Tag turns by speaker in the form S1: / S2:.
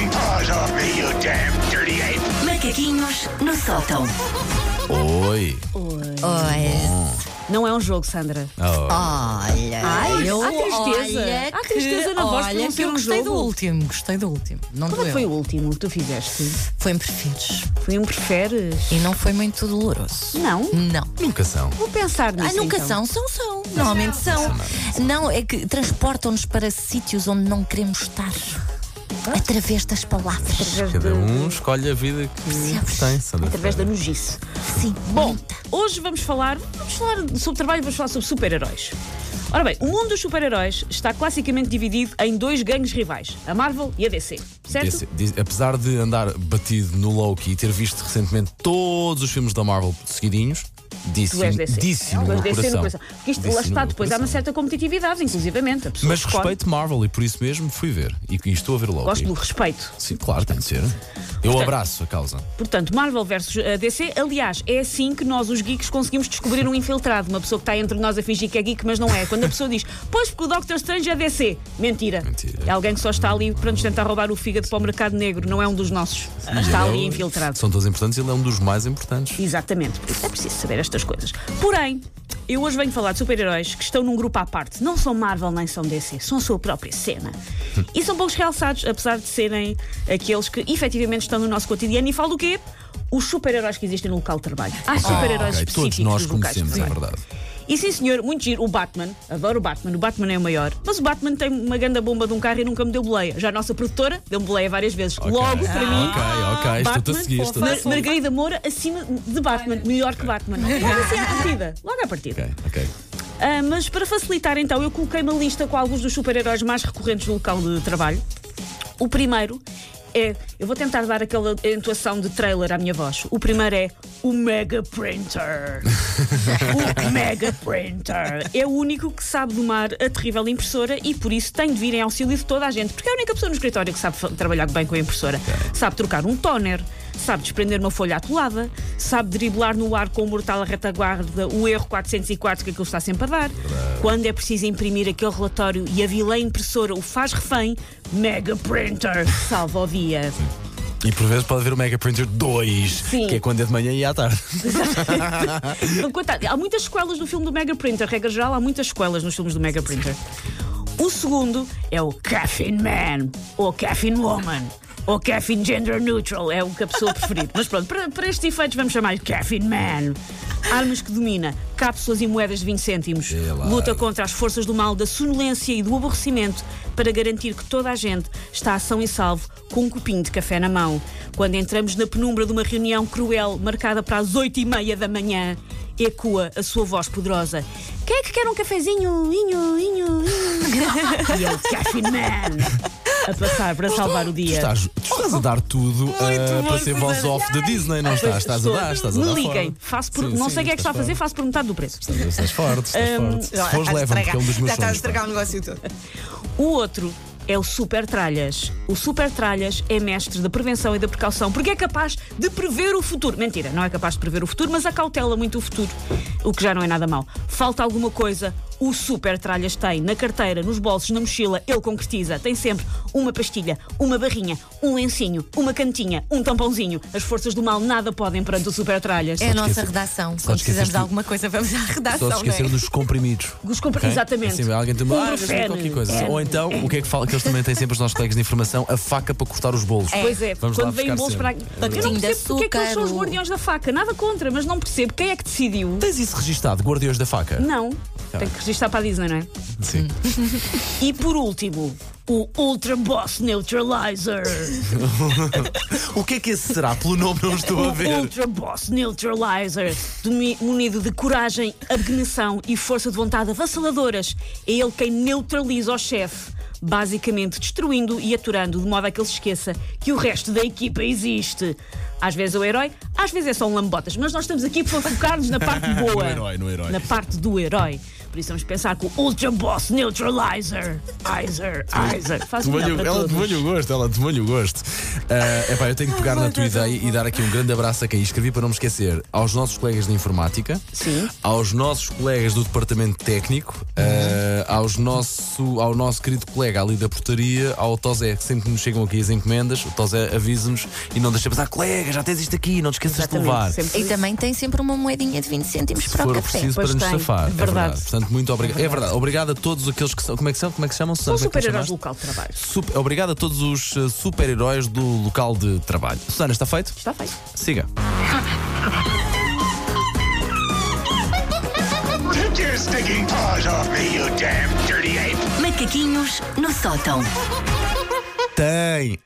S1: off me, you damn dirty ape!
S2: Macaquinhos no sótão.
S3: Oi.
S2: Olha.
S4: Não é um jogo, Sandra.
S2: Olha.
S4: Ai, há tristeza.
S2: olha
S4: Há tristeza
S2: que-
S4: na voz por
S2: olha
S4: não
S2: que
S4: ser
S2: eu
S4: um
S2: gostei
S4: jogo.
S2: do último, gostei do último. Não
S4: Qual é
S2: doeu.
S4: que foi o último que tu fizeste?
S2: Foi em preferes.
S4: Foi um preferes?
S2: E não foi muito doloroso.
S4: Não.
S2: Não.
S3: Nunca são.
S4: Vou pensar
S2: Ah,
S4: nisso.
S2: nunca
S4: então.
S2: são, são, são. Normalmente são. Não, é que transportam-nos para sítios onde não queremos estar. Através das palavras.
S4: Através
S3: Cada
S4: de-
S3: um escolhe a vida que tem, Sandra.
S4: Através da
S2: Hum.
S3: Ferreira.
S4: nojice.
S2: Sim.
S4: Bom, hoje vamos falar, vamos falar sobre trabalho, vamos falar sobre super-heróis. Ora bem, o mundo dos super-heróis está classicamente dividido em dois gangues rivais, a Marvel e a DC, certo?
S3: Esse- diz- apesar de andar batido no Loki e ter visto recentemente todos os filmes da Marvel seguidinhos, disse
S4: Tu és É um DC.
S3: disse no
S4: Tu
S3: meu
S4: és DC no
S3: coração.
S4: coração. Porque isto,
S3: Disse
S4: lá
S3: no
S4: está,
S3: meu
S4: depois há
S3: coração.
S4: uma certa competitividade, inclusivamente. A pessoa
S3: Mas
S4: escolhe.
S3: respeito Marvel e por isso mesmo fui ver. E, e estou a ver o Loki.
S4: Gosto do respeito.
S3: Sim, claro, tem de ser. Eu abraço a causa.
S4: Portanto, Marvel versus eh, DC, aliás, é assim que nós, os geeks, conseguimos descobrir um infiltrado, uma pessoa que está entre nós a fingir que é geek, mas não é. Quando a pessoa diz, pois porque o Doctor Strange é DC. Mentira.
S3: Mentira.
S4: É alguém que só está ali para nos tentar roubar o fígado para o mercado negro, não é um dos nossos. Está
S3: E ele-
S4: ali infiltrado.
S3: São todos importantes e ele é um dos mais importantes.
S4: Exatamente, por isso é preciso saber estas coisas. Porém, eu hoje venho falar de super-heróis que estão num grupo à parte. Não são Marvel nem são DC, são a sua própria cena. e são poucos realçados, apesar de serem aqueles que efetivamente estão no nosso cotidiano. E falo o quê? Os super-heróis que existem no local de trabalho.
S3: Ah.
S4: Há super-heróis
S3: Ok,
S4: específicos
S3: todos nós
S4: nos locais de
S3: conhecemos, é
S4: trabalho.
S3: verdade.
S4: E sim, senhor, muito giro. O Batman, adoro o Batman, o Batman é o maior. Mas o Batman tem uma ganda bomba de um carro e nunca me deu boleia. Já a nossa produtora deu-me boleia várias vezes. Logo, para mim,
S3: Ah, Ok, ok, estou-te a
S4: Batman,
S3: seguir. estou-te a
S4: Mar-
S3: seguir.
S4: Margarida Moura acima de Batman, melhor que Batman. Logo assim à partida. Logo à partida.
S3: Ok, ok.
S4: Ah, mas para facilitar, então, eu coloquei uma lista com alguns dos super-heróis mais recorrentes no local de trabalho. O primeiro é. Eu vou tentar dar aquela entoação de trailer à minha voz. O primeiro é o Mega Printer. o Mega Printer. É o único que sabe domar a terrível impressora e por isso tem de vir em auxílio de toda a gente, porque é a única pessoa no escritório que sabe fa- trabalhar bem com a impressora. Sabe trocar um toner, sabe desprender uma folha atolada, sabe driblar no ar com o mortal a retaguarda o erro 404 que aquilo está sempre a dar. Quando é preciso imprimir aquele relatório e a vilã impressora o faz refém, Mega Printer salva o dia.
S3: E por vezes pode haver o Mega Printer 2,
S4: Sim.
S3: que é quando é de manhã e à tarde.
S4: Então, coitado, há muitas escolas no filme do Mega Printer, regra geral, há muitas escolas nos filmes do Mega Printer. O segundo é o Caffeine Man, ou Caffeine Woman, ou Caffeine Gender Neutral, é o que a pessoa preferir. Mas pronto, para, para estes efeitos vamos chamar-lhe Caffeine Man. Armas que domina, cápsulas e moedas de 20 cêntimos.
S3: É lá.
S4: Luta contra as forças do mal, da sonolência e do aborrecimento para garantir que toda a gente está a são e salvo com um copinho de café na mão. Quando entramos na penumbra de uma reunião cruel marcada para as oito e meia da manhã, ecoa a sua voz poderosa. Quem é que quer um cafezinho? Inho, inho, inho. e é o Caffeine Man a passar para salvar o
S3: Tu
S4: dia.
S3: estás, tu estás a dar tudo ah,
S2: bom,
S3: para ser voz
S2: Susana.
S3: off da Disney, não estás? Estás a dar, estás a dar.
S4: Ah, Me liguem,
S3: forte.
S4: faço por,
S3: Sim,
S4: não
S3: sim,
S4: sei o que é que está a Hum,
S3: estás
S4: fazer, faço por metade do preço.
S3: forte. Estás forte, estás forte. Se fores, leva-me, porque é um dos meus
S5: Já estás a
S3: sonhos. pá.
S5: estragar o negócio todo.
S4: O outro é o Super Tralhas. O Super Tralhas é mestre da prevenção e da precaução porque é capaz de prever o futuro. Mentira, não é capaz de prever o futuro, mas acautela muito o futuro, o que já não é nada mau. Falta alguma coisa, o Super Tralhas tem na carteira, nos bolsos, na mochila, ele concretiza. Tem sempre uma pastilha, uma barrinha, um lencinho, uma cantinha, um tampãozinho. As forças do mal nada podem perante o Super Tralhas.
S2: É a nossa
S3: esquecer-
S2: redação.
S3: só
S2: Quando
S3: te esqueceste
S2: precisamos de
S3: do-
S2: alguma coisa, vamos à redação,
S3: Só se
S2: não é?
S3: esqueceram dos comprimidos.
S4: Os compra-
S3: ok?
S4: Exatamente.
S3: Assim, alguém tem
S4: Um
S3: ah, eu
S4: Brufen.
S3: tenho qualquer coisa.
S4: É.
S3: Ou então, o que é que fala? Que eles também têm sempre os nossos colegas de informação, a faca para cortar os bolos.
S4: Pois é,
S3: Vamos lá
S4: quando vêm
S3: buscar
S4: bolos para
S3: sempre.
S4: aqui.
S3: É
S4: Eu
S3: verdade.
S4: não
S2: Tinho de
S4: percebo porque é que eles são os
S2: açúcar.
S4: guardiões da faca. Nada contra, mas não percebo. Quem é que decidiu?
S3: Tens isso registado, Guardiões da Faca?
S4: Não.
S3: Tá
S4: Tem
S3: bem.
S4: que registrar para a Disney, não é?
S3: Sim.
S4: E por último, o Ultra Boss Neutralizer.
S3: O que é que esse será? Pelo nome não estou a
S4: o
S3: ver.
S4: Um Ultra Boss Neutralizer, domi- munido de coragem, abnegação e força de vontade avassaladoras, é ele quem neutraliza o chefe, basicamente destruindo e aturando de modo a que ele se esqueça que o resto da equipa existe. Às vezes é o herói, às vezes é só um lambotas, mas nós estamos aqui para focar-nos na parte boa.
S3: No herói, no herói.
S4: Na parte do herói. Por isso vamos pensar com o Ultra Boss Neutralizer. Izer, Izer. Faz melhor
S3: Demonho-
S4: para
S3: ela
S4: todos.
S3: demonha o gosto, ela demonha o gosto. é epá, eu tenho que pegar na tua ideia e dar aqui um grande abraço a quem escrevi para não me esquecer. Aos nossos colegas de informática,
S4: Sim.
S3: aos nossos colegas do departamento técnico, eh,
S4: Uhum.
S3: aos nosso, ao nosso querido colega ali da portaria, ao Tosé, que sempre que nos chegam aqui as encomendas, o Tosé avisa-nos e não deixa pensar, colega, já tens isto aqui, não te esqueças
S4: Exatamente,
S3: de levar.
S4: sempre
S2: E também tem sempre uma moedinha de 20 cêntimos
S3: Se
S2: para o
S3: for
S2: café.
S3: preciso
S4: Pois
S3: para nos
S4: tem,
S3: safar.
S4: é
S3: É verdade.
S4: verdade.
S3: Portanto, muito obrigado. É verdade. Obrigado a todos aqueles que são. Como é que são? Como é que se chamam?
S4: São
S3: Susana? Como é que
S4: super-heróis
S3: chamaste?
S4: do local de trabalho.
S3: Sup- Obrigado a todos os eh, super-heróis do local de trabalho. Susana, está feito?
S4: Está feito.
S3: Siga.
S1: Take your stinking paws off me, you damn dirty ape!
S5: Macaquinhos no sótão.
S3: Tem